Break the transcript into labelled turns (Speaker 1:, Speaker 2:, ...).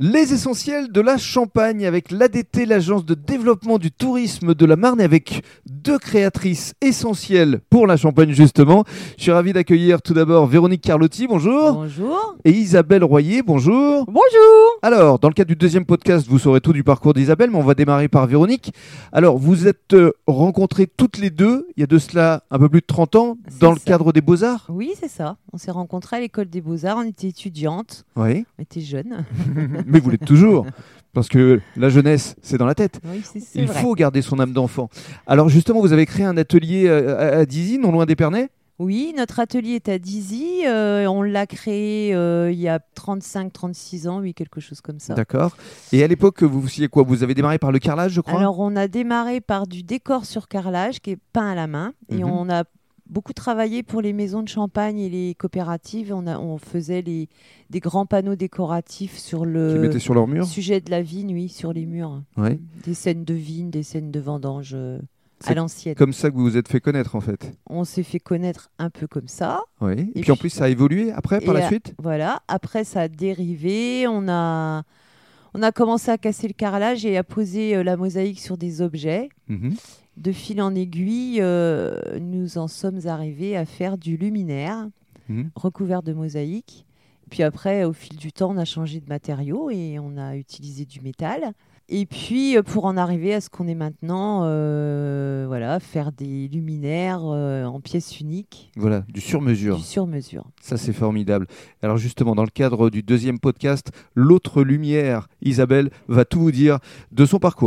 Speaker 1: Les essentiels de la Champagne avec l'ADT, l'agence de développement du tourisme de la Marne, et avec deux créatrices essentielles pour la Champagne justement. Je suis ravi d'accueillir tout d'abord Véronique Carlotti, bonjour,
Speaker 2: Bonjour.
Speaker 1: et Isabelle Royer, bonjour.
Speaker 2: Bonjour.
Speaker 1: Alors, dans le cadre du deuxième podcast, vous saurez tout du parcours d'Isabelle, mais on va démarrer par Véronique. Alors, vous êtes euh, rencontrées toutes les deux, il y a de cela un peu plus de 30 ans,
Speaker 2: C'est
Speaker 1: dans le
Speaker 2: ça.
Speaker 1: cadre des beaux-arts.
Speaker 2: Oui, c'est ça. On s'est rencontrés à l'école des beaux-arts. On était étudiantes,
Speaker 1: Oui,
Speaker 2: on était jeunes.
Speaker 1: mais vous l'êtes toujours, parce que la jeunesse, c'est dans la tête.
Speaker 2: Oui, c'est c'est
Speaker 1: Il
Speaker 2: vrai.
Speaker 1: faut garder son âme d'enfant. Alors justement, vous avez créé un atelier euh, à, à Dizy, non loin d'Épernay
Speaker 2: Oui, notre atelier est à Dizy. euh, on l'a créé euh, il y a 35-36 ans, oui, quelque chose comme ça.
Speaker 1: D'accord. Et à l'époque, vous vous faisiez quoi Vous avez démarré par le carrelage, je crois
Speaker 2: Alors, on a démarré par du décor sur carrelage qui est peint à la main. Et
Speaker 1: Mhm.
Speaker 2: on a beaucoup travaillé pour les maisons de champagne et les coopératives. On, a- on faisait les, des grands panneaux décoratifs sur
Speaker 1: Qui
Speaker 2: le
Speaker 1: mettaient sur leur mur
Speaker 2: sujet de la vigne, oui, sur les murs.
Speaker 1: Ouais.
Speaker 2: Des scènes de vigne, des scènes de vendange euh,
Speaker 1: C'est
Speaker 2: à l'ancienne.
Speaker 1: Comme ça que vous vous êtes fait connaître, en fait.
Speaker 2: On s'est fait connaître un peu comme ça.
Speaker 1: Oui. Et, puis,
Speaker 2: puis-
Speaker 1: en plus, ça a évolué après, par
Speaker 2: Et
Speaker 1: la
Speaker 2: à-
Speaker 1: suite
Speaker 2: Voilà. Après, ça a dérivé. On a, on a commencé à casser le carrelage et à poser euh, la mosaïque sur des objets.
Speaker 1: Mhm.
Speaker 2: De fil en aiguille, euh, nous en sommes arrivés à faire du luminaire
Speaker 1: Mhm.
Speaker 2: recouvert de mosaïque. Puis après, au fil du temps, on a changé de matériaux et on a utilisé du métal. Et puis, euh, pour en arriver à ce qu'on est maintenant, euh, voilà, faire des luminaires euh, en pièces uniques,
Speaker 1: Voilà, du sur-mesure.
Speaker 2: du sur-mesure.
Speaker 1: Ça, c'est formidable. Alors justement, dans le cadre du deuxième podcast, l'autre lumière, Isabelle, va tout vous dire de son parcours.